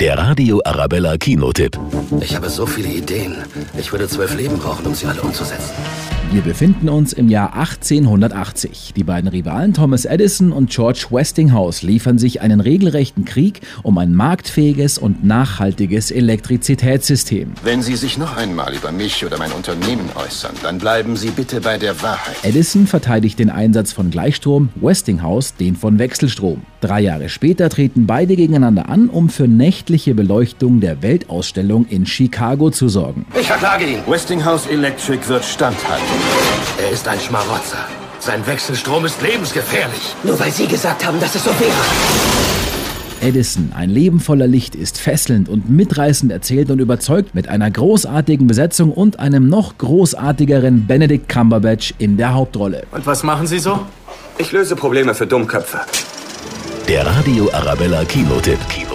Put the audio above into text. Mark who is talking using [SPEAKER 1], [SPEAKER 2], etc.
[SPEAKER 1] Der Radio Arabella Kinotipp.
[SPEAKER 2] Ich habe so viele Ideen. Ich würde zwölf Leben brauchen, um sie alle umzusetzen.
[SPEAKER 3] Wir befinden uns im Jahr 1880. Die beiden Rivalen Thomas Edison und George Westinghouse liefern sich einen regelrechten Krieg um ein marktfähiges und nachhaltiges Elektrizitätssystem.
[SPEAKER 4] Wenn Sie sich noch einmal über mich oder mein Unternehmen äußern, dann bleiben Sie bitte bei der Wahrheit.
[SPEAKER 3] Edison verteidigt den Einsatz von Gleichstrom, Westinghouse den von Wechselstrom. Drei Jahre später treten beide gegeneinander an, um für nächtliche Beleuchtung der Weltausstellung in Chicago zu sorgen.
[SPEAKER 2] Ich verklage ihn.
[SPEAKER 4] Westinghouse Electric wird standhalten.
[SPEAKER 2] Er ist ein Schmarotzer. Sein Wechselstrom ist lebensgefährlich. Nur weil Sie gesagt haben, dass es so wäre.
[SPEAKER 3] Edison, ein Leben voller Licht, ist fesselnd und mitreißend erzählt und überzeugt mit einer großartigen Besetzung und einem noch großartigeren Benedict Cumberbatch in der Hauptrolle.
[SPEAKER 5] Und was machen Sie so?
[SPEAKER 6] Ich löse Probleme für Dummköpfe.
[SPEAKER 1] Der Radio Arabella Kinotipp. Kinotipp.